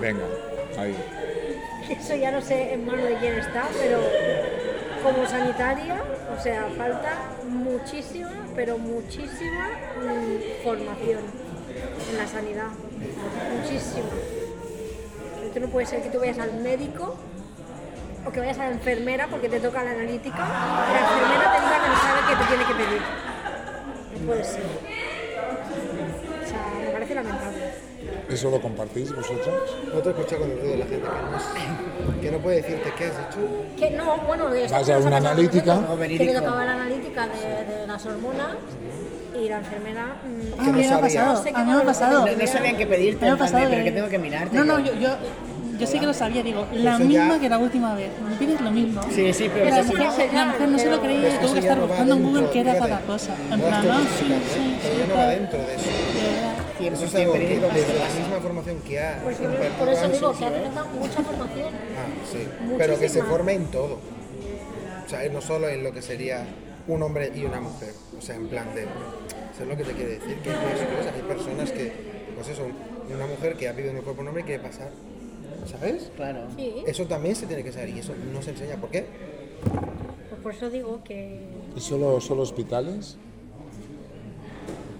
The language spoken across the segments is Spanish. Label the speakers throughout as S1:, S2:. S1: Venga, ahí.
S2: Eso ya no sé en mano de quién está, pero como sanitaria, o sea, falta muchísima, pero muchísima mm, formación en la sanidad. Muchísima. Tú no puede ser que tú vayas al médico o que vayas a la enfermera porque te toca la analítica y la enfermera te diga que no sabe qué te tiene que pedir. No puede ser. O sea, me parece lamentable.
S1: ¿Eso lo compartís vosotros?
S3: No te escucha con el ruido de la gente que no, es- que no puede decirte qué has hecho.
S2: Que no, bueno, de
S1: Vas a una analítica.
S2: Que le tocaba la analítica de, de las hormonas y la enfermera. mm,
S3: Que
S4: Ah,
S3: no
S4: a mí me ha
S3: sabía.
S4: pasado,
S2: sé qué
S4: a mí me ha
S2: valor
S4: pasado.
S2: tenía.
S5: No sabían qué pedirte,
S4: Me ha
S5: en plan de,
S4: pasado
S5: pero
S4: de-
S5: que tengo que mirarte,
S4: No, no,
S5: yo-
S4: yo, yo, yo sí que lo sabía, digo, la
S3: Eso ya-
S4: misma que la última vez. Me pides lo mismo.
S5: Sí, sí, pero
S4: la
S5: eso
S4: mujer,
S2: sí.
S4: la mujer no se lo creía y
S3: Eso
S4: tuvo
S3: ya
S4: que estar
S3: no va
S4: buscando en Google
S3: dentro,
S4: qué era
S3: fíjate.
S4: cada cosa. En
S3: No es
S4: plan,
S3: que
S4: no,
S3: física,
S4: sí,
S3: ¿eh?
S4: sí,
S3: Eso ya
S4: sí,
S3: no va
S4: tal.
S3: dentro de eso.
S4: De verdad.
S5: 100%
S3: Eso es algo que
S5: pedir
S3: desde la
S5: pasta.
S3: misma formación que ha.
S2: Pues yo-
S3: Humberto
S2: por eso
S3: Gans,
S2: digo
S3: sí,
S2: que
S3: ¿eh?
S2: hace falta mucha formación.
S3: Ah, sí. Pero que se
S2: Muchísima.
S3: forme en todo. O sea, no solo en lo que sería un hombre y una mujer. O sea, en plan de. Eso es lo que te quiere decir. Que hay varias cosas. Hay personas que. Pues eso, una mujer que ha vivido en el cuerpo de un hombre y quiere pasar. ¿Sabes?
S5: Claro.
S2: Sí,
S3: Eso también se tiene que saber y eso no se enseña. ¿Por qué?
S2: pues por eso digo que.
S1: ¿Es solo, solo hospitales?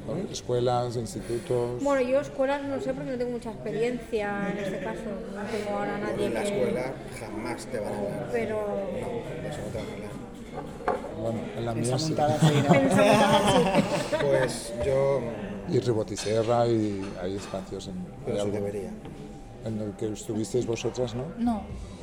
S1: ¿No? ¿Escuelas, institutos?
S2: Bueno, yo escuelas no sé porque no tengo mucha experiencia en este caso. No tengo ahora a nadie
S3: En la
S2: que-
S3: escuela jamás te van a hablar.
S2: Pero.
S3: No, de eso no te van a hablar.
S1: Bueno, en la mía
S5: Esa
S1: sí.
S5: montada se
S2: Pero nos
S5: irá.
S2: hemos dado así.
S3: Pues yo.
S1: Y Ribotisierra y hay espacios en... hay
S3: Pero sí
S1: algo.
S3: debería.
S1: En el que estuvisteis vosotras, ¿no?
S4: No,